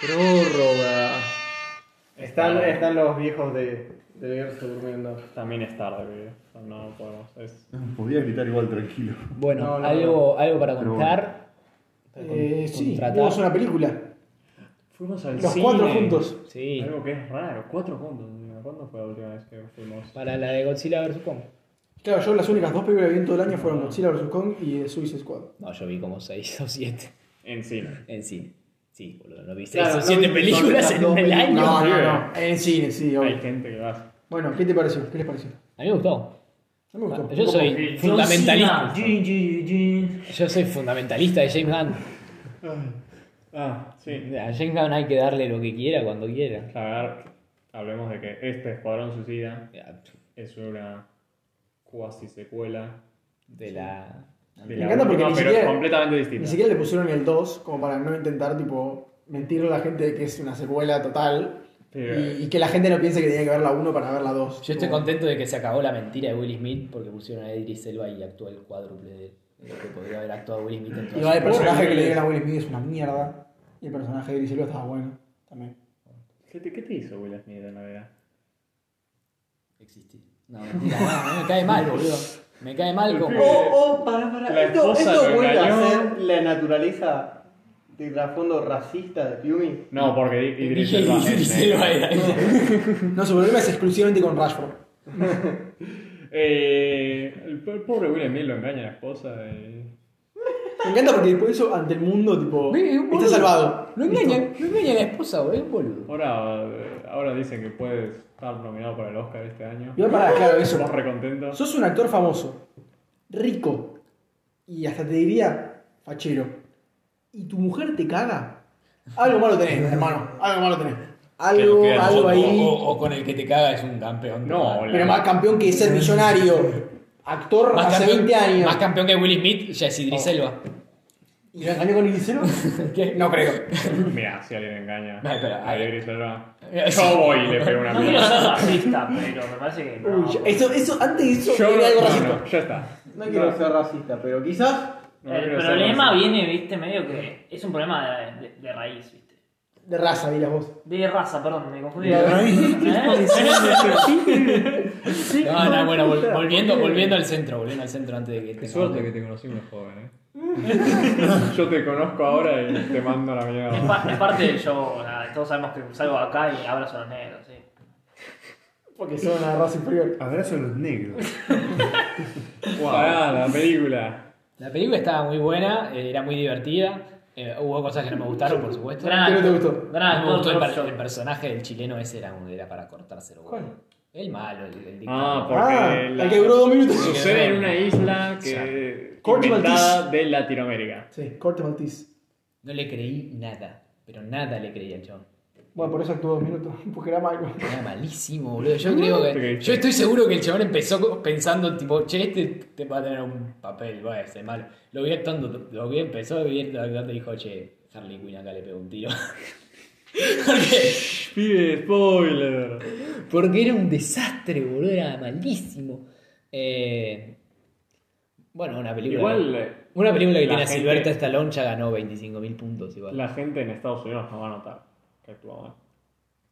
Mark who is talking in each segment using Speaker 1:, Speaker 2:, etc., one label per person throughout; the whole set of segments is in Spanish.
Speaker 1: Prórroga.
Speaker 2: Están, están los viejos de, de Verso durmiendo.
Speaker 3: También es tarde, pibe. No podemos. Es...
Speaker 4: Podía gritar igual tranquilo.
Speaker 5: Bueno,
Speaker 2: No, no,
Speaker 5: algo, algo para
Speaker 4: Pero
Speaker 5: contar. Para con-
Speaker 1: Eh, sí,
Speaker 5: contratar.
Speaker 1: vimos una película.
Speaker 3: Fuimos al
Speaker 1: Los
Speaker 3: cine.
Speaker 1: cuatro juntos.
Speaker 5: Sí,
Speaker 3: Algo que es raro. Cuatro juntos. mira, ¿Cuándo fue la última vez que fuimos?
Speaker 5: para la de Godzilla vs. Kong.
Speaker 1: Claro, yo las únicas dos películas que vi en todo el año fueron Godzilla vs. Kong y eh, Suicide Squad.
Speaker 5: No, yo vi como 6 o 7
Speaker 3: En cine.
Speaker 5: en cine. Sí, boludo, no vi 6
Speaker 3: Claro,
Speaker 5: o
Speaker 3: no
Speaker 5: 7
Speaker 3: vi
Speaker 5: películas
Speaker 3: todas
Speaker 5: en
Speaker 3: las dos
Speaker 5: el año.
Speaker 3: películas.
Speaker 1: No,
Speaker 3: sí,
Speaker 1: no,
Speaker 3: eh.
Speaker 1: no. En cine, sí,
Speaker 3: Hay
Speaker 1: obvio.
Speaker 3: gente que va.
Speaker 1: Bueno, ¿qué te pareció? ¿Qué les pareció?
Speaker 5: A mí me gustó. Ah,
Speaker 1: No me gustó.
Speaker 5: Yo soy fundamentalista. Yo soy fundamentalista de James Gunn.
Speaker 3: Ah, sí.
Speaker 5: A James Gunn hay que darle lo que quiera cuando quiera.
Speaker 3: A ver, hablemos de que este Escuadrón Suicida es una cuasi secuela.
Speaker 5: De la.
Speaker 3: De
Speaker 1: Me
Speaker 3: la
Speaker 1: encanta porque
Speaker 3: última,
Speaker 1: ni
Speaker 3: pero
Speaker 1: siquiera-
Speaker 3: es completamente distinta.
Speaker 1: Ni siquiera le pusieron el 2 como para no intentar, tipo, mentirle a la gente de que es una secuela total.
Speaker 3: Pero-
Speaker 1: Y, y que la gente no piense que tenía que ver la 1 para ver la 2.
Speaker 5: Yo estoy
Speaker 1: Como-
Speaker 5: contento de que se acabó la mentira de Will Smith porque pusieron a Idris Elba y actuó el cuádruple de de lo que podría haber actuado Will Smith en toda
Speaker 1: Y va
Speaker 5: su
Speaker 1: el personaje que le dieron a Will Smith es una mierda. Y el personaje de Griselda estaba bueno también.
Speaker 3: ¿Qué, te, ¿Qué te hizo Will Smith en la vida?
Speaker 5: existir. No, mentira, no, no, me cae mal, boludo. Me cae mal como.
Speaker 2: Oh, oh, pará, pará.
Speaker 3: La
Speaker 2: esto
Speaker 3: esposa
Speaker 2: esto
Speaker 3: lo
Speaker 2: vuelve a
Speaker 3: engañó.
Speaker 2: ser la naturaleza de trasfondo racista de Piumi.
Speaker 3: No, porque di- Idris
Speaker 5: Dije
Speaker 3: Elba
Speaker 5: Idris
Speaker 3: es eh,
Speaker 5: Elba
Speaker 3: negro.
Speaker 5: era él.
Speaker 1: No, su problema es exclusivamente con Rashford.
Speaker 3: Eh, el po- el pobre Will Smith lo engaña a la esposa. eh.
Speaker 1: Me encanta porque después de eso, ante el mundo, tipo,
Speaker 5: Ve, un boludo.
Speaker 1: está salvado.
Speaker 5: Lo engaña, lo engaña a la esposa, boludo, es un boludo.
Speaker 3: Ahora, eh, ahora dicen que puedes estar nominado para el Oscar este año.
Speaker 1: Yo para, claro, eso.
Speaker 3: Estás recontento.
Speaker 1: Sos un actor famoso, rico y hasta te diría fachero. Y tu mujer te caga. Algo malo
Speaker 5: Eh.
Speaker 1: tenés, hermano. Algo malo tenés. Algo, algo ahí.
Speaker 5: con el que te caga es un campeón.
Speaker 3: No, la-
Speaker 1: Pero más campeón que ser millonario. Actor hace 20 años.
Speaker 5: más campeón que Will Smith ya es Idris Elba.
Speaker 1: ¿Y lo engañó con Idris Elba?
Speaker 5: ¿Qué?
Speaker 1: No creo.
Speaker 3: Mira, si alguien engaña
Speaker 5: No, espera,
Speaker 3: a
Speaker 5: ahí.
Speaker 3: Idris Elba,
Speaker 5: Eh, sí.
Speaker 3: yo voy y le pego una
Speaker 6: No quiero
Speaker 3: piedra.
Speaker 6: ser racista, pero me parece que no.
Speaker 1: Uy, ya- eso, eso, antes de eso
Speaker 3: Yo
Speaker 1: era algo
Speaker 3: no,
Speaker 1: racista.
Speaker 3: no, ya está.
Speaker 2: No quiero ser racista, pero quizás.
Speaker 3: No
Speaker 6: el
Speaker 3: quiero ser
Speaker 6: problema
Speaker 3: racista.
Speaker 6: viene, viste, medio que es un problema de, de- de raíz, viste.
Speaker 1: De raza, dirás vos.
Speaker 6: De raza, perdón, me confundí.
Speaker 1: De raíz.
Speaker 6: ¿Eh? Sí,
Speaker 5: No, no, bueno, vol- volviendo, volviendo al centro, volviendo al centro antes de que este
Speaker 3: Qué
Speaker 5: te
Speaker 3: suerte que te conocí muy joven, eh. Yo te conozco ahora y te mando a la
Speaker 6: Es,
Speaker 3: mierda.
Speaker 6: pa- es parte del show, nada, todos sabemos que salgo acá y abrazo a los negros, sí.
Speaker 1: Porque son una raza inferior.
Speaker 4: Abrazo a los negros.
Speaker 3: Pará, la película.
Speaker 5: La película estaba muy buena, eh, era muy divertida. eh, hubo cosas que no me gustaron, por supuesto.
Speaker 6: Gran
Speaker 1: ¿Qué no te
Speaker 6: actor,
Speaker 1: gustó?
Speaker 5: No
Speaker 6: gran
Speaker 5: me
Speaker 6: actor,
Speaker 5: gustó el,
Speaker 6: gran
Speaker 5: per-
Speaker 6: show.
Speaker 5: el personaje del chileno ese era, un- era para cortárselo. boludo.
Speaker 1: ¿Cuál?
Speaker 5: El malo, el, el dictador.
Speaker 3: Ah, porque
Speaker 1: Ah,
Speaker 3: la-
Speaker 1: el que duró dos minutos.
Speaker 3: sucede en una isla que
Speaker 1: Corto
Speaker 3: inventada de Latinoamérica.
Speaker 1: Sí, corte maltés.
Speaker 5: No le creí nada, pero nada le creí al chabón.
Speaker 1: Bueno, por eso actuó dos minutos. Porque era malo.
Speaker 5: Era malísimo, boludo. Yo creo
Speaker 3: Te
Speaker 5: que.
Speaker 3: creíste.
Speaker 5: Yo estoy seguro que el chabón empezó co- pensando, tipo, che, este te va a tener un papel, va a ser malo. Lo vi actuando, lo vi empezó, vi actuando y dijo, che, Harley Quinn acá le pegó un tiro. Porque.
Speaker 3: Pibe, spoiler.
Speaker 5: Porque era un desastre, boludo, era malísimo. Eh, bueno, una película.
Speaker 3: Igual, eh,
Speaker 5: Una película que
Speaker 3: la
Speaker 5: tiene a
Speaker 3: gente-
Speaker 5: Silberto Stallone ya ganó 25.000 puntos, igual.
Speaker 3: La gente en Estados Unidos no va a notar que actúa mal,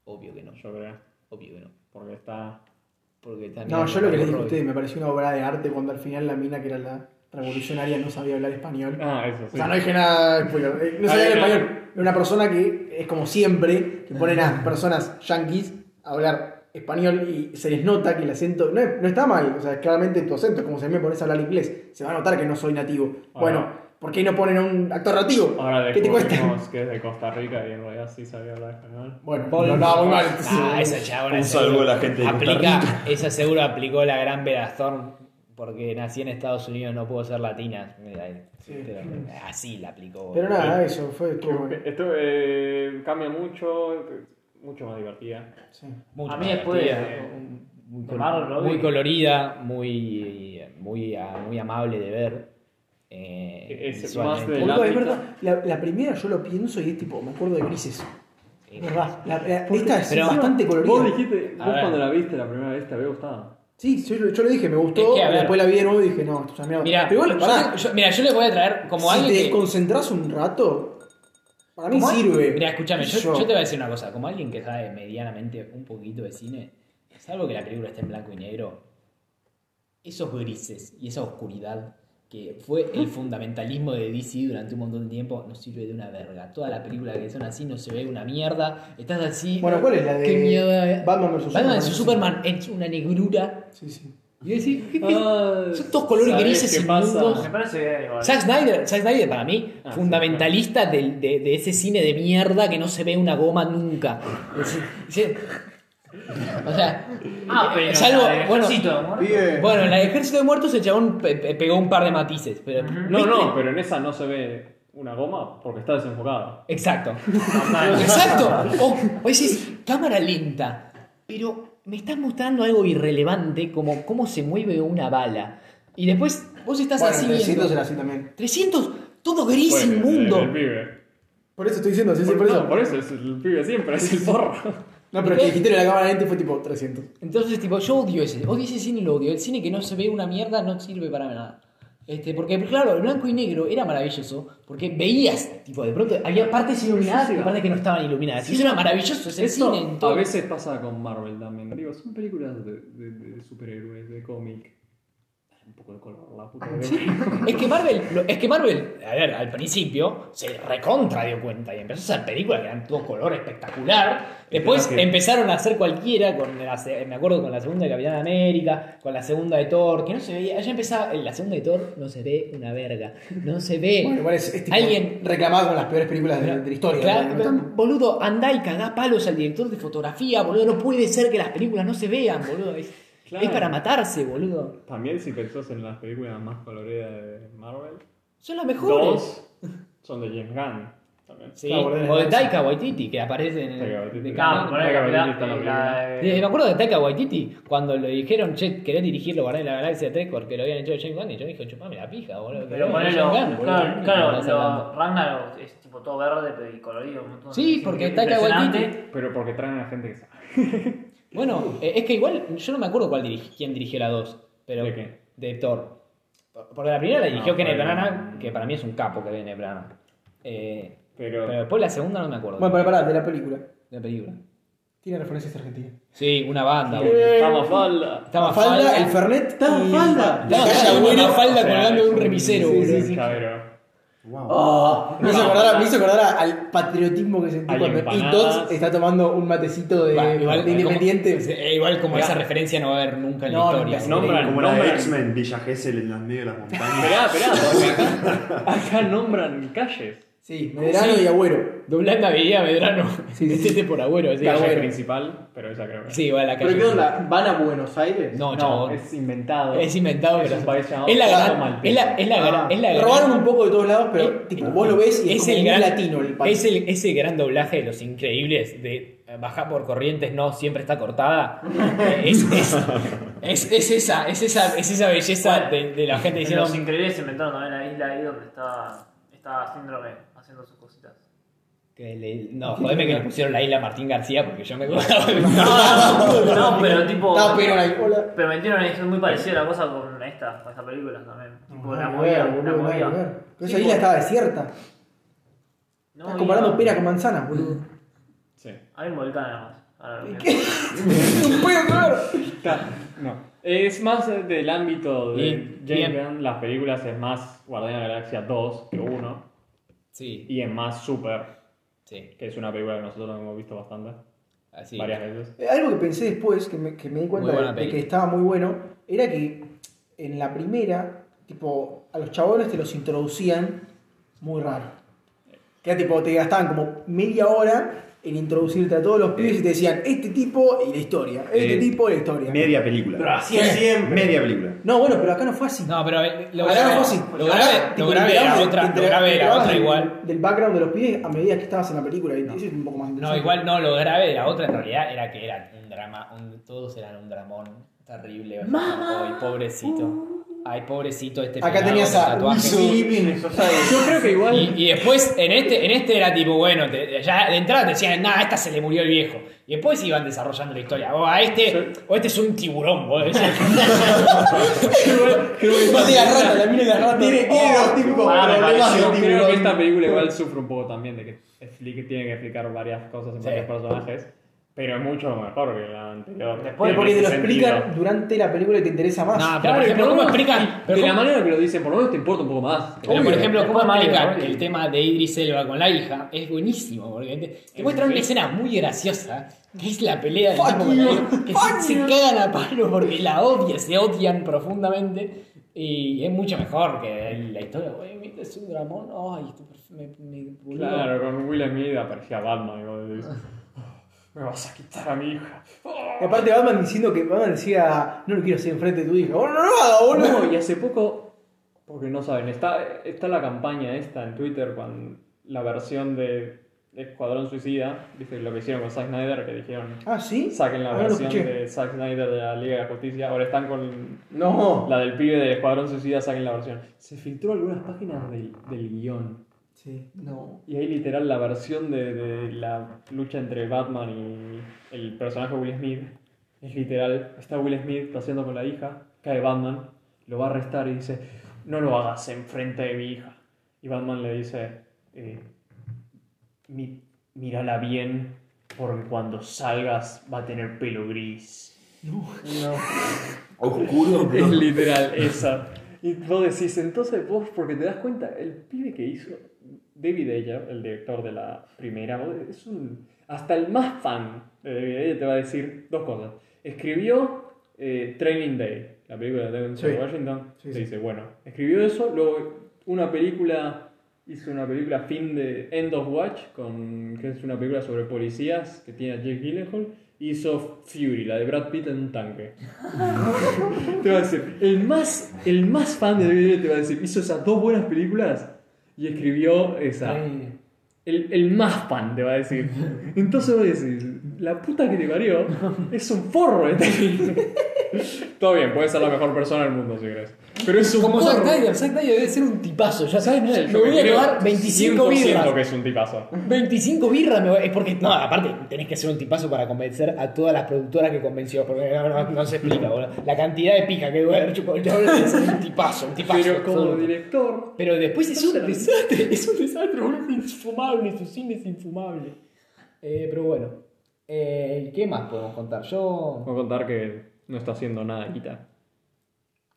Speaker 5: Obvio que no,
Speaker 3: yo creo.
Speaker 5: obvio que no.
Speaker 3: Porque está.
Speaker 5: Porque está
Speaker 1: No, yo lo que les dije a
Speaker 5: Robin.
Speaker 1: ustedes me pareció una obra de arte cuando al final la mina que era la revolucionaria no sabía hablar español.
Speaker 3: Ah, eso
Speaker 1: O
Speaker 3: sí.
Speaker 1: sea, no dije nada spoiler. Eh, No sabía
Speaker 3: Ah,
Speaker 1: hablar
Speaker 3: no.
Speaker 1: español. Era una persona que es como siempre, que ponen a personas yanquis a hablar español y se les nota que el acento no, es- no está mal. O sea, claramente tu acento es como si a mí me pones a hablar inglés. Se va a notar que no soy nativo.
Speaker 3: Ah.
Speaker 1: Bueno, ¿por qué no ponen a un actor nativo?
Speaker 3: Ahora
Speaker 1: ¿Qué te cuesta?
Speaker 3: descubrimos que es de Costa Rica y en realidad sí sabía hablar español.
Speaker 1: Bueno, lo hablaba muy mal.
Speaker 5: Ah, esa chabona.
Speaker 4: Un
Speaker 5: seguro
Speaker 4: saludo a la gente de Costa
Speaker 5: aplica, Esa seguro aplicó la gran Vera Thorne porque nací en Estados Unidos, no puedo ser latina. Mira, ahí.
Speaker 1: Sí.
Speaker 5: Pero, así la aplicó.
Speaker 1: Pero
Speaker 5: boludo.
Speaker 1: nada, eso fue estuvo bueno.
Speaker 3: Esto eh, cambia mucho, mucho más divertida.
Speaker 1: Sí.
Speaker 5: Mucho
Speaker 6: A mí
Speaker 5: más
Speaker 6: después
Speaker 5: divertida.
Speaker 6: de-
Speaker 5: muy,
Speaker 6: de
Speaker 5: col-
Speaker 6: Margot Robbie-
Speaker 5: muy colorida, muy, muy, a- muy amable de ver. eh,
Speaker 3: Es
Speaker 5: visualmente.
Speaker 3: más de-
Speaker 1: Boludo, es
Speaker 3: ámbito.
Speaker 1: verdad. La, la primera yo lo pienso y es tipo, me acuerdo de grises.
Speaker 5: Sí.
Speaker 1: Es verdad. La- la- esta es
Speaker 5: Pero-
Speaker 1: bastante
Speaker 3: Vos
Speaker 1: colorida.
Speaker 3: dijiste,
Speaker 5: A
Speaker 3: vos
Speaker 5: ver.
Speaker 3: cuando la viste la primera vez te había gustado.
Speaker 1: Sí, yo, yo lo dije, me gustó.
Speaker 5: Es que, a ver.
Speaker 1: después la vi de nuevo y dije, no, esto es una mierda.
Speaker 5: Mira,
Speaker 1: Pero igual,
Speaker 5: yo,
Speaker 1: pará.
Speaker 5: yo- mira, yo les voy a traer como
Speaker 1: si
Speaker 5: alguien
Speaker 1: te
Speaker 5: que-
Speaker 1: desconcentrás un rato, Para mí
Speaker 5: Como-
Speaker 1: sirve.
Speaker 5: Mira, escúchame, yo,
Speaker 1: Yo-
Speaker 5: yo te voy a decir una cosa. Como alguien que sabe medianamente un poquito de cine, salvo que la película esté en blanco y negro, esos grises y esa oscuridad que fue el fundamentalismo de DC durante un montón de tiempo, no sirve de una verga. Toda la película que son así no se ve una mierda. Estás así.
Speaker 1: Bueno, ¿cuál es la de
Speaker 5: Qué miedo. eh?
Speaker 1: Batman vs
Speaker 5: Batman
Speaker 1: Superman?
Speaker 5: vs Superman es una negrura.
Speaker 1: Sí, sí.
Speaker 5: Y decís, ¿qué- qué-
Speaker 3: Ah,
Speaker 5: son todos colores
Speaker 3: ¿sabés
Speaker 5: grises
Speaker 3: qué
Speaker 5: inmundos.
Speaker 3: pasa?
Speaker 6: Me parece bien igual.
Speaker 5: Zack Snyder, Zack Snyder para mí,
Speaker 3: Ah,
Speaker 5: fundamentalista del- de, de ese cine de mierda que no se ve una goma nunca. Es- es- o sea,
Speaker 6: Ah, pero.
Speaker 5: salvo-
Speaker 6: la del
Speaker 5: Eh, bueno,
Speaker 6: ejército, amor.
Speaker 2: Pibe.
Speaker 5: bueno, en la de Ejército de Muertos el chabón pe- pe- pegó un par de matices, pero...
Speaker 3: No,
Speaker 5: ¿viste?
Speaker 3: no, pero en esa no se ve una goma porque está desenfocada.
Speaker 5: Exacto.
Speaker 6: Normal.
Speaker 5: Exacto. O, o decís, cámara lenta, pero me estás mostrando algo irrelevante como cómo se mueve una bala. Y después vos estás
Speaker 1: Bueno,
Speaker 5: así...
Speaker 1: el 300
Speaker 5: viendo-
Speaker 1: era así también.
Speaker 5: 300, todo gris
Speaker 3: Bueno,
Speaker 5: inmundo.
Speaker 3: El, el pibe.
Speaker 1: Por eso estoy diciendo, sí, sí,
Speaker 3: Por,
Speaker 1: por eso.
Speaker 3: no, por eso es el pibe siempre, es el forro.
Speaker 1: No, pero que dijiste la cámara lente fue tipo 300.
Speaker 5: Entonces, tipo, yo odio ese, odio ese cine, lo odio. El cine que no se ve una mierda no sirve para nada. Este, porque, claro, el blanco y negro era maravilloso, porque veías, tipo, de pronto había partes iluminadas y partes que no estaban iluminadas. Y eso era maravilloso, es el
Speaker 3: Eso
Speaker 5: cine en todo.
Speaker 3: a veces pasa con Marvel también. Digo, son películas de, de- de superhéroes, de cómic. Dale Un poco de color, la puta. que-
Speaker 5: Es que Marvel, lo- es que Marvel, a ver, al principio se recontra dio cuenta y empezó a hacer películas que eran todo color espectacular. Después
Speaker 3: Claro que-
Speaker 5: empezaron a hacer cualquiera, con la se- me acuerdo con la segunda de Capitán América, con la segunda de Thor, que no se veía, ya empezaba, en la segunda de Thor no se ve una verga, no se ve.
Speaker 1: Bueno, igual es, es tipo
Speaker 5: Alguien-
Speaker 1: reclamado con las peores películas de, de la historia.
Speaker 5: Claro,
Speaker 1: ¿no?
Speaker 5: pero,
Speaker 1: No tan-
Speaker 5: boludo, andá y cagá palos al director de fotografía, boludo. No puede ser que las películas no se vean, boludo. Es,
Speaker 3: Claro.
Speaker 5: es para matarse, boludo.
Speaker 3: También si pensás en las películas más coloreadas de Marvel,
Speaker 5: Son las mejores.
Speaker 3: dos son de James Gunn. También.
Speaker 5: Sí,
Speaker 1: Claro, boludo,
Speaker 5: o de
Speaker 1: es-
Speaker 5: Taika Waititi, que aparece en
Speaker 3: Taika Waititi.
Speaker 5: de
Speaker 3: Ah,
Speaker 5: cada-
Speaker 6: No, poner la,
Speaker 3: Venga,
Speaker 6: la,
Speaker 3: venga,
Speaker 6: la-
Speaker 5: Eh, me acuerdo de Taika Waititi cuando le dijeron, che, querés dirigir los Guardianes de la Galaxia 3 porque lo habían hecho de James Gunn y yo dije, chupame la pija, boludo. que
Speaker 6: Pero
Speaker 5: lo
Speaker 6: ponelo.
Speaker 5: hizo James Gunn,
Speaker 6: Claro,
Speaker 5: boludo,
Speaker 6: claro,
Speaker 5: ¿qué me estás hablando?
Speaker 6: lo, Ragnarok es tipo todo verde pero y colorido. un montón de-
Speaker 5: Sí,
Speaker 6: es
Speaker 5: porque
Speaker 6: impresionante.
Speaker 5: Taika Waititi.
Speaker 3: Pero porque traen a gente que sabe.
Speaker 5: Bueno, eh, es que igual yo no me acuerdo cuál dirigi- quién dirigió la 2, pero
Speaker 3: ¿De qué?
Speaker 5: de Thor. Por- Porque la primera la dirigió
Speaker 3: No,
Speaker 5: Kenneth
Speaker 3: fue-
Speaker 5: Branagh, que para mí es un capo que Kenneth Branagh. Eh,
Speaker 3: Pero,
Speaker 5: pero después la segunda no me acuerdo.
Speaker 1: Bueno, pará, pará, de la película.
Speaker 5: De la película.
Speaker 1: Tiene referencias argentinas.
Speaker 5: Sí, una banda. boludo.
Speaker 3: estamos falda.
Speaker 5: Estaba
Speaker 1: Mafalda, el Fernet.
Speaker 2: Estaba
Speaker 1: y
Speaker 2: Mafalda.
Speaker 1: La
Speaker 5: Estaba
Speaker 1: calle
Speaker 5: Mafalda,
Speaker 1: Agüero.
Speaker 5: Mafalda. colgando un remisero, boludo.
Speaker 3: Cabrón.
Speaker 4: Wow.
Speaker 1: Oh, me hizo acordar, me hizo acordar a- al patriotismo que sentí
Speaker 3: Hay
Speaker 1: cuando y
Speaker 3: empanadas.
Speaker 1: Tots está tomando un matecito de,
Speaker 5: Va,
Speaker 1: de independiente.
Speaker 5: Como, eh, igual como
Speaker 3: Mirá.
Speaker 5: esa referencia no va a haber nunca en
Speaker 1: No,
Speaker 5: la
Speaker 1: nunca.
Speaker 5: historia.
Speaker 1: No.
Speaker 3: Nombran,
Speaker 4: Como la de
Speaker 3: nombran-
Speaker 4: X-Men, Villa Gesell en las medio de las montañas.
Speaker 3: Esperá, esperá, porque acá, acá nombran calles.
Speaker 1: Sí, Medrano y Agüero.
Speaker 5: Doblanda veía Medrano.
Speaker 1: Sí, sí, sí.
Speaker 5: Metete por agüero. Sí,
Speaker 3: Calle
Speaker 5: Agüero.
Speaker 3: principal, pero esa creo que.
Speaker 5: Sí, va a la calle.
Speaker 2: ¿Pero qué onda? ¿Van a Buenos Aires?
Speaker 5: No,
Speaker 3: no,
Speaker 5: chabón. Es,
Speaker 3: es inventado.
Speaker 5: inventado,
Speaker 3: Es
Speaker 5: pero
Speaker 3: un país llamado
Speaker 5: es la
Speaker 3: Puerto
Speaker 5: gran.
Speaker 3: Malpica.
Speaker 5: Es la, es la, gran-
Speaker 2: Ah,
Speaker 5: es la gran-
Speaker 1: Robaron un poco de todos lados, pero tipo, vos lo ves y es,
Speaker 5: Eh, es
Speaker 1: como
Speaker 5: el
Speaker 1: muy
Speaker 5: gran
Speaker 1: latino el pato.
Speaker 5: es el ese gran doblaje de los increíbles de eh, bajar por corrientes no siempre está cortada Eh, es, es, es- es esa es esa es esa belleza de, de la gente
Speaker 6: En
Speaker 5: diciendo
Speaker 6: Los increíbles se inventaron también la isla ahí donde está, está Síndrome haciendo sus cositas.
Speaker 5: que le- no jodeme que le pusieron la isla Martín García porque yo me
Speaker 6: No, no, no, no, pero tipo.
Speaker 1: No, pero la hola.
Speaker 6: Pero metieron es muy parecida la cosa con esta, con esta película también. Tipo, la
Speaker 1: No,
Speaker 6: movida,
Speaker 1: boludo,
Speaker 6: la
Speaker 1: no,
Speaker 6: movida.
Speaker 1: no, no. Pero
Speaker 6: Sí,
Speaker 1: Esa isla
Speaker 6: po-
Speaker 1: estaba desierta.
Speaker 6: no
Speaker 1: Estás
Speaker 6: había-
Speaker 1: comparando pera con manzanas, boludo.
Speaker 3: Sí.
Speaker 6: Hay un volcán además. Ahora lo
Speaker 1: ¿Qué?
Speaker 6: pienso.
Speaker 1: ¡Un pedo claro!
Speaker 3: Está- No. Es más eh, del ámbito de
Speaker 5: Bien,
Speaker 3: James
Speaker 5: bien.
Speaker 3: Gunn, las películas es más Guardián de la Galaxia 2 que 1
Speaker 5: sí
Speaker 3: y es más Super,
Speaker 5: sí
Speaker 3: que es una película que nosotros hemos visto bastante,
Speaker 5: así
Speaker 3: varias veces.
Speaker 1: Eh, Algo que pensé después, que me, que me di cuenta
Speaker 5: Muy buena
Speaker 1: de, de que
Speaker 5: peli.
Speaker 1: estaba muy bueno, era que en la primera, tipo, a los chabones te los introducían muy raro. Que era tipo, te gastaban como media hora en introducirte a todos los pibes y te decían, este tipo y la historia, este
Speaker 4: Eh,
Speaker 1: tipo y la historia.
Speaker 4: Media película.
Speaker 2: Pero así es siempre.
Speaker 4: Media película.
Speaker 1: No, bueno, pero acá no fue así.
Speaker 5: no pero eh, lo
Speaker 1: Acá no
Speaker 5: grave
Speaker 1: fue así.
Speaker 5: lo
Speaker 1: Acá,
Speaker 5: grave-
Speaker 1: tipo,
Speaker 5: lo grave era
Speaker 1: enterabas de-
Speaker 5: otra
Speaker 1: te
Speaker 5: lo grave era
Speaker 1: enterabas
Speaker 5: otra
Speaker 1: del-
Speaker 5: igual
Speaker 1: Del background de los pibes a medida que estabas en la película. Y eso es un poco más
Speaker 5: No,
Speaker 1: interesante.
Speaker 5: igual no, lo grave de la otra en realidad era que era un drama, un- todos eran un dramón terrible. o sea, como, "Ay, pobrecito. Ay, pobrecito este
Speaker 1: Acá
Speaker 5: pelado
Speaker 1: tenías
Speaker 5: con
Speaker 1: a
Speaker 5: tatuajes.
Speaker 1: Sleeping.
Speaker 2: Yo creo que igual.
Speaker 5: Y, y después, en este, en este era tipo, bueno, te- ya de entrada te decían, nada, a esta se le murió el viejo. Y después iban desarrollando la historia. O a este, o este es un tiburón, vos decías.
Speaker 1: No te la rata, la mina de la rata. Oh, Tiene, tiene dos típicos
Speaker 3: Ah, me
Speaker 1: problemas
Speaker 3: pareció.
Speaker 1: de
Speaker 3: Creo que esta
Speaker 1: tiburón.
Speaker 3: película igual sufre un poco también de que expli- tiene que explicar varias cosas en
Speaker 5: Sí.
Speaker 3: varios personajes, pero es mucho mejor que la anterior.
Speaker 6: Después,
Speaker 3: Tiene
Speaker 1: Porque te lo
Speaker 3: ese sentido.
Speaker 1: explican durante la película y te interesa más.
Speaker 5: No, Ah, pero
Speaker 3: Claro,
Speaker 5: por
Speaker 3: y por
Speaker 5: ejemplo,
Speaker 3: lo
Speaker 5: ¿cómo
Speaker 3: menos-
Speaker 5: explican?
Speaker 3: y
Speaker 5: Pero
Speaker 3: de la
Speaker 5: cómo-
Speaker 3: manera que lo dicen, por lo menos te importa un poco más.
Speaker 5: Pero, por ejemplo, ¿cómo
Speaker 6: Después Mario,
Speaker 5: explican
Speaker 6: Mario.
Speaker 5: el tema de Idris Elba con la hija? Es buenísimo, porque te, te muestran una escena muy graciosa, que es la pelea del
Speaker 1: Fuck
Speaker 5: tipo con la
Speaker 1: you,
Speaker 5: hija, que
Speaker 1: fuck
Speaker 5: se, se
Speaker 1: you.
Speaker 5: cagan a palo porque la odian, se odian profundamente. Y es mucho mejor que la historia. Güey, mira, es un dramón. Ay, esto me, me boludo.
Speaker 3: Claro, con Will Smith aparecía Batman. y vos decís, Me vas a quitar a mi hija.
Speaker 1: Y aparte Batman diciendo que Batman decía, no lo quiero hacer enfrente de tu hija. Bueno, no lo hagas, boludo.
Speaker 3: No, y hace poco, porque no saben, está, está la campaña esta en Twitter con la versión de Escuadrón Suicida, viste lo que hicieron con Zack Snyder, que dijeron
Speaker 1: Ah, ¿sí?
Speaker 3: saquen la
Speaker 1: Ah, no lo
Speaker 3: versión
Speaker 1: escuché.
Speaker 3: de Zack Snyder de la Liga de la Justicia, ahora están con
Speaker 2: No.
Speaker 3: la del pibe de Escuadrón Suicida, saquen la versión. Se filtró algunas páginas del, del guión.
Speaker 1: Sí. No.
Speaker 3: Y hay literal la versión de, de la lucha entre Batman y el personaje Will Smith. Es literal, está Will Smith paseando con la hija, cae Batman, lo va a arrestar y dice, no lo hagas enfrente de mi hija. Y Batman le dice, eh, "Mi- mírala bien, porque cuando salgas va a tener pelo gris.
Speaker 4: Oscuro, pero.
Speaker 3: Es literal esa. Y vos decís, entonces vos, porque te das cuenta, el pibe que hizo David Ayer, el director de la primera, vos- es un. Hasta el más fan de David Ayer te va a decir dos cosas. Escribió eh, Training Day, la película de Denzel
Speaker 1: Sí.
Speaker 3: Washington.
Speaker 1: Sí,
Speaker 3: te
Speaker 1: sí.
Speaker 3: dice, bueno, escribió eso, luego una película. Hizo una película fin de End of Watch, con, que es una película sobre policías que tiene a Jake Gyllenhaal. Hizo Fury, la de Brad Pitt en un tanque. Te va a decir, el más, el más fan de David Lynch te va a decir, hizo esas dos buenas películas y escribió esa. El, el más fan te va a decir. Entonces vos decís, la puta que te parió es un forro este pibe. Todo bien, puede ser la mejor persona del mundo si querés. Pero es un
Speaker 5: Como
Speaker 3: forro.
Speaker 5: Zack Snyder, Zack Snyder debe ser un tipazo, ya sabes,
Speaker 3: Yo
Speaker 5: me voy a
Speaker 3: creo
Speaker 5: llevar 25 birras.
Speaker 3: 100% que es un tipazo.
Speaker 5: 25 birras me voy es porque no, aparte tenés que ser un tipazo para convencer a todas las productoras que convenció, porque no, no- no se explica, boludo. La cantidad de pija que debe haber chupado el chabón es un tipazo, un tipazo.
Speaker 3: Pero como
Speaker 5: absoluto.
Speaker 3: director,
Speaker 5: Pero después es un desastre, es un desastre, boludo, es infumable, su cine es infumable. Eh, pero bueno, eh, ¿qué más podemos contar? Yo.
Speaker 3: voy a contar que no está haciendo nada Guita.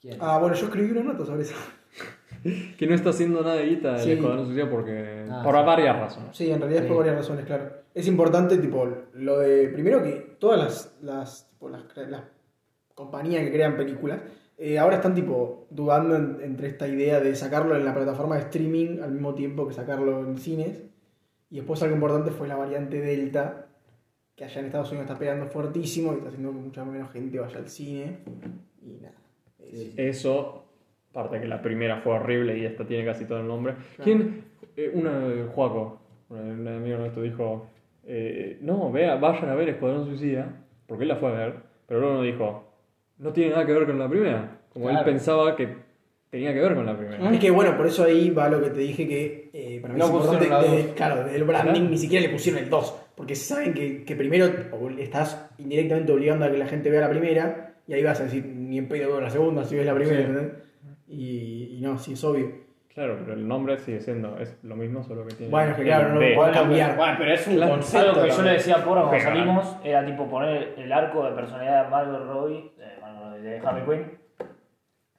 Speaker 5: ¿quién?
Speaker 1: Ah, bueno, yo escribí una nota sobre eso.
Speaker 3: Que no está haciendo nada Guita el
Speaker 1: Sí.
Speaker 3: Escuadrón Suicida porque.
Speaker 5: Ah,
Speaker 3: por
Speaker 5: sí.
Speaker 3: varias razones.
Speaker 1: Sí, en realidad es por
Speaker 5: Sí.
Speaker 1: varias razones, claro. Es importante, tipo, lo de. Primero que todas las. las, tipo, las, cre- las compañías que crean películas. eh, ahora están tipo dudando en- entre esta idea de sacarlo en la plataforma de streaming al mismo tiempo que sacarlo en cines. Y después algo importante fue la variante Delta, que allá en Estados Unidos está pegando fuertísimo y está haciendo que mucha menos gente vaya al cine. Y nada. Es-
Speaker 3: Eso, aparte que la primera fue horrible y esta tiene casi todo el nombre. ¿Quién? eh, una, Juaco, un un amigo nuestro dijo, eh, no, vea, vayan a ver Escuadrón Suicida, porque él la fue a ver, pero luego nos dijo, no tiene nada que ver con la primera, como él
Speaker 5: Claro.
Speaker 3: pensaba que tenía que ver con la primera.
Speaker 1: Es que bueno, por eso ahí va lo que te dije que eh, para mí
Speaker 2: No
Speaker 1: es
Speaker 2: pusieron
Speaker 1: importante.
Speaker 2: la
Speaker 1: de-
Speaker 2: dos.
Speaker 1: claro, del branding ni siquiera le pusieron el 2. Porque saben que, que primero ob- estás indirectamente obligando a que la gente vea la primera. Y ahí vas a decir, ni en pedo veo la segunda si ves la primera. ¿entendés? Y, y no, sí, es obvio.
Speaker 3: Claro, pero el nombre sigue siendo, es lo mismo, solo que tiene...
Speaker 1: Bueno, es que claro, no lo
Speaker 3: B.
Speaker 1: puedo cambiar.
Speaker 6: Bueno, pero es un
Speaker 3: Claro.
Speaker 6: concepto. Algo que yo le decía a Porra cuando
Speaker 3: Pero-
Speaker 6: salimos era tipo poner el arco de personalidad de Margot Robbie, de, Margot Robbie, de Harley Quinn.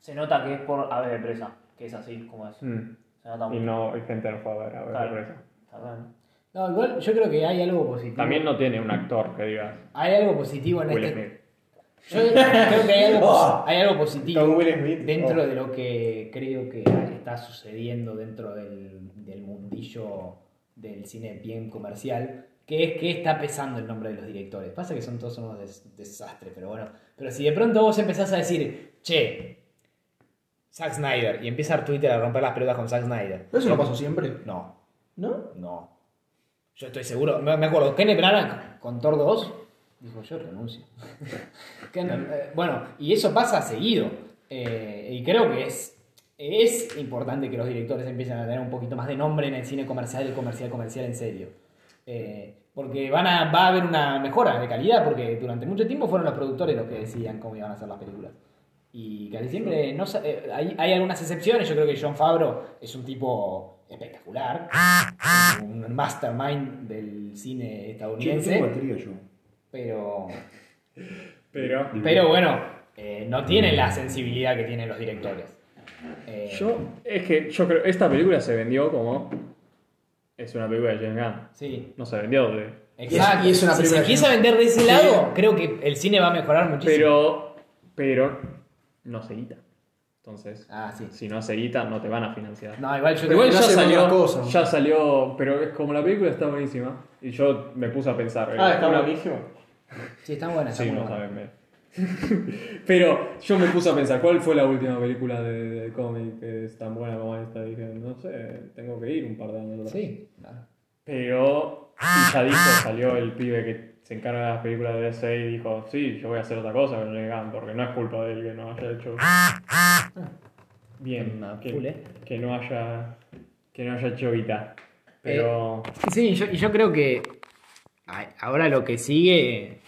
Speaker 6: Se nota que es por ave de presa, que es así como es.
Speaker 3: Mm.
Speaker 6: Se nota
Speaker 3: Y
Speaker 6: mucho.
Speaker 3: no, y gente no fue a ver, a ver
Speaker 6: Claro.
Speaker 3: por eso.
Speaker 6: Está bien.
Speaker 5: No, igual yo creo que hay algo positivo.
Speaker 3: También no tiene un actor que digas,
Speaker 5: Hay algo positivo en
Speaker 3: Will
Speaker 5: este.
Speaker 3: Smith.
Speaker 5: Yo creo que hay algo, posi- hay algo positivo
Speaker 2: Con Will Smith.
Speaker 5: dentro
Speaker 2: Oh.
Speaker 5: de lo que creo que está sucediendo dentro del, del mundillo del cine bien comercial, que es que está pesando el nombre de los directores. Pasa que son todos unos des- desastres, pero bueno. Pero si de pronto vos empezás a decir, che, Zack Snyder, y empieza a Twitter a romper las pelotas con Zack Snyder.
Speaker 1: Pero eso no pasó siempre,
Speaker 5: No,
Speaker 1: ¿no?
Speaker 5: no. Yo estoy seguro. Me, me acuerdo, Kenneth Branagh con Thor 2 dijo, yo renuncio. Ken- eh, bueno, y eso pasa seguido. Eh, y creo que es, es importante que los directores empiecen a tener un poquito más de nombre en el cine comercial, comercial, comercial en serio. Eh, porque van a, va a haber una mejora de calidad, porque durante mucho tiempo fueron los productores los que decían cómo iban a ser las películas. Y casi siempre no sa- eh, hay, hay algunas excepciones. Yo creo que John Favreau es un tipo espectacular, es un mastermind del cine
Speaker 4: tengo
Speaker 5: estadounidense,
Speaker 4: batería yo.
Speaker 5: pero
Speaker 3: Pero.
Speaker 5: pero bueno, eh, no tiene la sensibilidad que tienen los directores. Eh,
Speaker 3: Yo. Es que yo creo. Esta película se vendió como. Es una película de James Gunn.
Speaker 5: Sí,
Speaker 3: No se vendió de.
Speaker 5: exacto.
Speaker 1: y es una
Speaker 5: si se
Speaker 1: primera
Speaker 5: empieza a vender de ese lado, creo que el cine va a mejorar muchísimo.
Speaker 3: Pero. Pero. No se guita. Entonces.
Speaker 5: Ah, sí.
Speaker 3: Si no se guita, no te van a financiar.
Speaker 5: No, igual yo
Speaker 1: Pero
Speaker 3: Igual
Speaker 1: no
Speaker 3: ya
Speaker 1: hacen
Speaker 3: salió,
Speaker 1: otra cosa.
Speaker 3: ya salió, pero es como la película está buenísima. Y yo me puse a pensar.
Speaker 2: Ah,
Speaker 3: eh,
Speaker 2: está buenísimo.
Speaker 5: Sí, están buenas.
Speaker 3: Sí,
Speaker 5: están muy
Speaker 3: no
Speaker 5: buenas.
Speaker 3: saben ver. Pero yo me puse a pensar, ¿cuál fue la última película de, de cómic que es tan buena como esta? Dije, no sé, tengo que ir un par de años atrás.
Speaker 5: Sí, claro.
Speaker 3: Pero, y ya dijo, salió el pibe que se encarga de las películas de DC y dijo, sí, yo voy a hacer otra cosa con James Gunn, porque no es culpa de él que no haya hecho... Bien,
Speaker 5: Full,
Speaker 3: que,
Speaker 5: Ah, eh.
Speaker 3: que no haya que no haya hecho guita.
Speaker 5: Eh,
Speaker 3: Pero...
Speaker 5: Sí, yo, y yo creo que a- ahora lo que sigue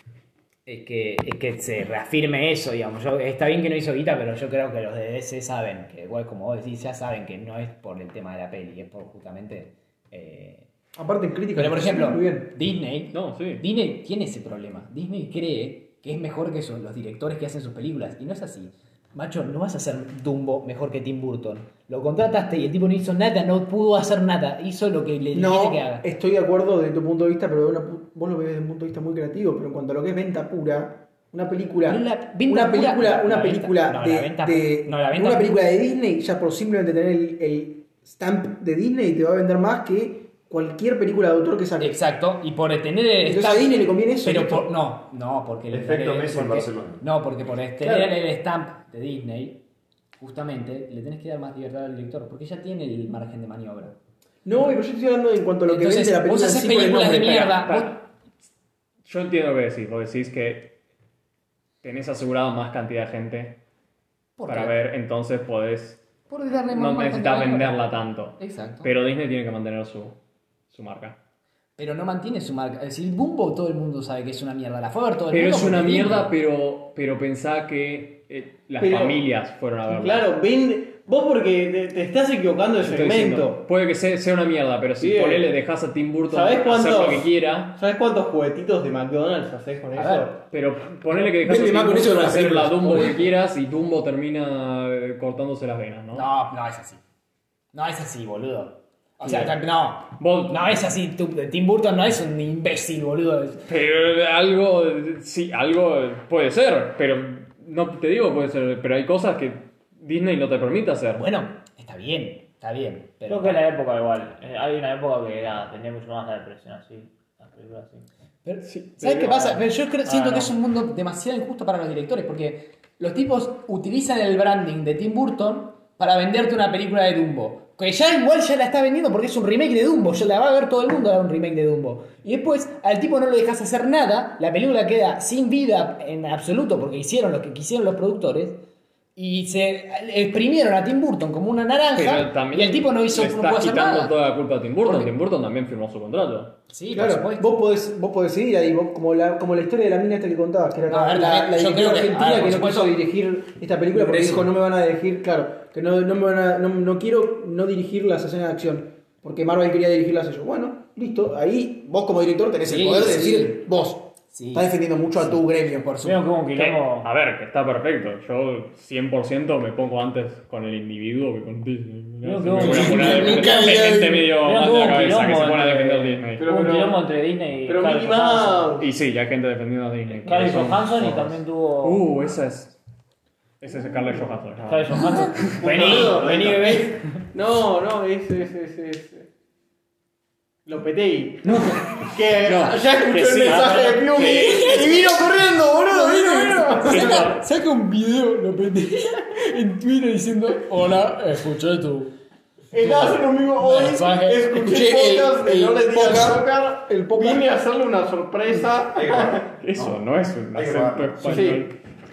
Speaker 5: es que, es que se reafirme eso, digamos. Yo- está bien que no hizo guita, pero yo creo que los de DC saben, que igual como vos decís, ya saben que no es por el tema de la peli, es por justamente... eh,
Speaker 1: Aparte en crítica.
Speaker 5: Pero por ejemplo,
Speaker 1: Muy bien.
Speaker 5: Disney,
Speaker 3: No, sí.
Speaker 5: Disney tiene ese problema. Disney cree que es mejor que son los directores que hacen sus películas. Y no es así. Macho, no vas a hacer Dumbo mejor que Tim Burton. Lo contrataste y el tipo no hizo nada, no pudo hacer nada. Hizo lo que le dijiste
Speaker 1: No,
Speaker 5: que haga.
Speaker 1: estoy de acuerdo desde tu punto de vista, pero de una pu- vos lo ves desde un punto de vista muy creativo. Pero en cuanto a lo que es venta pura, una película.
Speaker 5: La venta
Speaker 1: una
Speaker 5: pura-
Speaker 1: película,
Speaker 5: no,
Speaker 1: una
Speaker 5: la
Speaker 1: película
Speaker 5: venta- no,
Speaker 1: de,
Speaker 5: la venta-
Speaker 1: de-
Speaker 5: no, la venta-
Speaker 1: una película de Disney, ya por simplemente tener el, el stamp de Disney te va a vender más que cualquier película de autor que saque.
Speaker 5: Exacto, y por tener el
Speaker 1: Entonces a Disney le conviene eso,
Speaker 5: Pero
Speaker 1: ¿no?
Speaker 5: por- no, no, porque el
Speaker 4: Efecto
Speaker 5: porque-
Speaker 4: Messi en Barcelona.
Speaker 5: No, porque por tener
Speaker 1: Claro.
Speaker 5: el stamp de Disney, justamente le tenés que dar más libertad al director, porque ya tiene el margen de maniobra.
Speaker 1: No, pero yo estoy hablando en cuanto a lo que
Speaker 5: Entonces,
Speaker 1: vende la
Speaker 5: vos
Speaker 1: película. en
Speaker 5: haces
Speaker 1: sí por el
Speaker 5: películas de
Speaker 1: nombre.
Speaker 5: mierda.
Speaker 3: Pará,
Speaker 5: vos-
Speaker 3: pará. Yo entiendo lo que decís. Vos decís que tenés asegurado más cantidad de gente
Speaker 5: ¿por
Speaker 3: para
Speaker 5: qué?
Speaker 3: ver, entonces podés.
Speaker 5: Porque darle más
Speaker 3: No
Speaker 5: margen
Speaker 3: necesitas
Speaker 5: de maniobra.
Speaker 3: venderla tanto.
Speaker 5: Exacto. Pero,
Speaker 3: Pero Disney tiene que mantener su, su marca.
Speaker 5: no mantiene su marca. Es decir, Bumbo todo el mundo sabe que es una mierda. La fue a ver todo el
Speaker 3: Pero
Speaker 5: mundo.
Speaker 3: es una
Speaker 5: porque
Speaker 3: mierda,
Speaker 5: tiene-
Speaker 3: pero, pero pensá que eh, las
Speaker 2: Pero-
Speaker 3: familias fueron a verla.
Speaker 2: Claro, vende. Vos porque te, te estás equivocando de
Speaker 3: Te estoy diciendo,
Speaker 2: segmento.
Speaker 3: puede que sea, sea una mierda, pero si
Speaker 2: Bien.
Speaker 3: por él le dejas a Tim Burton
Speaker 2: ¿Sabés
Speaker 3: hacer
Speaker 2: cuántos?
Speaker 3: lo que quiera.
Speaker 2: ¿Sabes cuántos juguetitos de McDonald's haces con eso?
Speaker 5: ver.
Speaker 3: Pero ponele que dejas a
Speaker 1: Vende
Speaker 3: Tim
Speaker 1: más con eso que
Speaker 3: Burton
Speaker 1: con las
Speaker 3: hacer la
Speaker 1: películas.
Speaker 3: Dumbo que quieras y Dumbo termina eh, cortándose las venas, ¿no?
Speaker 5: No, no es así. No es así, boludo. O
Speaker 3: Sí.
Speaker 5: sea, ta- no.
Speaker 3: Vos-
Speaker 5: No es así. tú- Tim Burton no es un imbécil, boludo. Es-
Speaker 3: Pero algo, sí, algo puede ser, pero no te digo puede ser, pero hay cosas que Disney no te permite hacer.
Speaker 5: Bueno, está bien, está bien. Pero,
Speaker 6: Creo que en la época igual. Eh, hay una época que era, tenía mucho más la depresión así. Las películas así.
Speaker 5: pero- ¿sabes
Speaker 3: pero-
Speaker 5: qué pasa? Pero yo creo- siento
Speaker 6: Ah,
Speaker 5: que
Speaker 6: no.
Speaker 5: es un mundo demasiado injusto para los directores porque los tipos utilizan el branding de Tim Burton para venderte una película de Dumbo. Que ya igual ya la está vendiendo porque es un remake de Dumbo. Ya la va a ver todo el mundo ahora un remake de Dumbo. Y después al tipo no lo dejas hacer nada. La película queda sin vida en absoluto porque hicieron lo que quisieron los productores. Y se exprimieron a Tim Burton como una naranja.
Speaker 3: Pero también
Speaker 5: Y el tipo no hizo
Speaker 3: le
Speaker 5: no
Speaker 3: estás
Speaker 5: pudo hacer
Speaker 3: quitando
Speaker 5: nada.
Speaker 3: toda la culpa a Tim Burton.
Speaker 5: Porque-
Speaker 3: Tim Burton también firmó su contrato.
Speaker 5: Sí, por
Speaker 1: Claro,
Speaker 5: supuesto.
Speaker 1: vos podés, vos podés seguir ahí, vos- como, la, como la historia de la mina esta que contabas, que era
Speaker 5: No, a
Speaker 1: la,
Speaker 5: ver,
Speaker 1: la,
Speaker 5: también,
Speaker 1: la
Speaker 5: yo
Speaker 1: directora
Speaker 5: creo que- a ver,
Speaker 1: argentina que no
Speaker 5: por
Speaker 1: quiso
Speaker 5: supuesto.
Speaker 1: dirigir esta película porque
Speaker 5: Ingreso.
Speaker 1: dijo no me van a dirigir, claro, que no, no me van a, no, no quiero no dirigir las escenas de acción, porque Marvel quería dirigirlas ellos. Bueno, listo, ahí vos como director tenés
Speaker 5: Sí,
Speaker 1: el poder de
Speaker 5: sí.
Speaker 1: decir vos.
Speaker 5: Sí.
Speaker 1: Estás defendiendo mucho a tu gremio, por
Speaker 6: Vieron que hubo un
Speaker 3: Que,
Speaker 6: quilombo.
Speaker 3: a ver, que está perfecto. Yo 100% me pongo antes con el individuo que con Disney. Mirá,
Speaker 6: No,
Speaker 3: si
Speaker 6: no,
Speaker 3: me voy a
Speaker 6: no,
Speaker 3: poner- gente-
Speaker 1: no, no,
Speaker 3: gente
Speaker 1: no,
Speaker 3: medio
Speaker 6: Vieron
Speaker 3: más
Speaker 6: que
Speaker 3: de
Speaker 6: hubo
Speaker 3: la
Speaker 6: un
Speaker 3: cabeza que se
Speaker 6: quilombo
Speaker 3: pone a defender
Speaker 6: entre-
Speaker 3: Disney.
Speaker 2: Pero
Speaker 6: hubo un
Speaker 2: bueno,
Speaker 6: quilombo entre Disney y
Speaker 2: Pero
Speaker 6: Scarlett
Speaker 2: Mickey
Speaker 6: Johansson.
Speaker 2: Mouse.
Speaker 3: Y sí, ya hay gente defendiendo a Disney.
Speaker 6: Scarlett
Speaker 3: Son-
Speaker 6: Johansson y también tuvo.
Speaker 3: Uh, esa es. Esa es Scarlett Johansson. ¿no?
Speaker 6: Scarlett Johansson.
Speaker 2: Vení,
Speaker 6: Vení,
Speaker 2: vení,
Speaker 6: vení, bebé.
Speaker 2: No, no, es, es, es, es. Lopetegui. No, que ya
Speaker 3: No,
Speaker 2: escuchó
Speaker 3: que
Speaker 2: el
Speaker 3: sí.
Speaker 2: mensaje de Piumi y vino corriendo, boludo, vino, vino.
Speaker 5: Saca, saca un video, lo pendejé en Twitter diciendo: Hola, escuché tu.
Speaker 2: Estaba haciendo lo mismo hoy.
Speaker 5: Mensaje.
Speaker 2: Escuché el podcast de
Speaker 1: el
Speaker 2: No le digas
Speaker 1: podcast,
Speaker 2: Joker.
Speaker 1: el podcast.
Speaker 2: Vine a hacerle una sorpresa.
Speaker 4: Ahí va.
Speaker 3: Eso no es un
Speaker 4: Ahí
Speaker 3: acento
Speaker 4: va.
Speaker 3: español.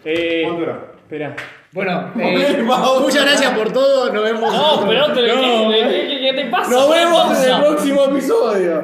Speaker 3: Eh,
Speaker 4: ¿Cuánto era?
Speaker 7: Espera.
Speaker 5: Bueno, eh, muchas gracias por todo. Nos vemos.
Speaker 3: No, pero ¿qué, qué, qué te pasa?
Speaker 2: Nos vemos en el
Speaker 3: Pausa.
Speaker 2: próximo episodio.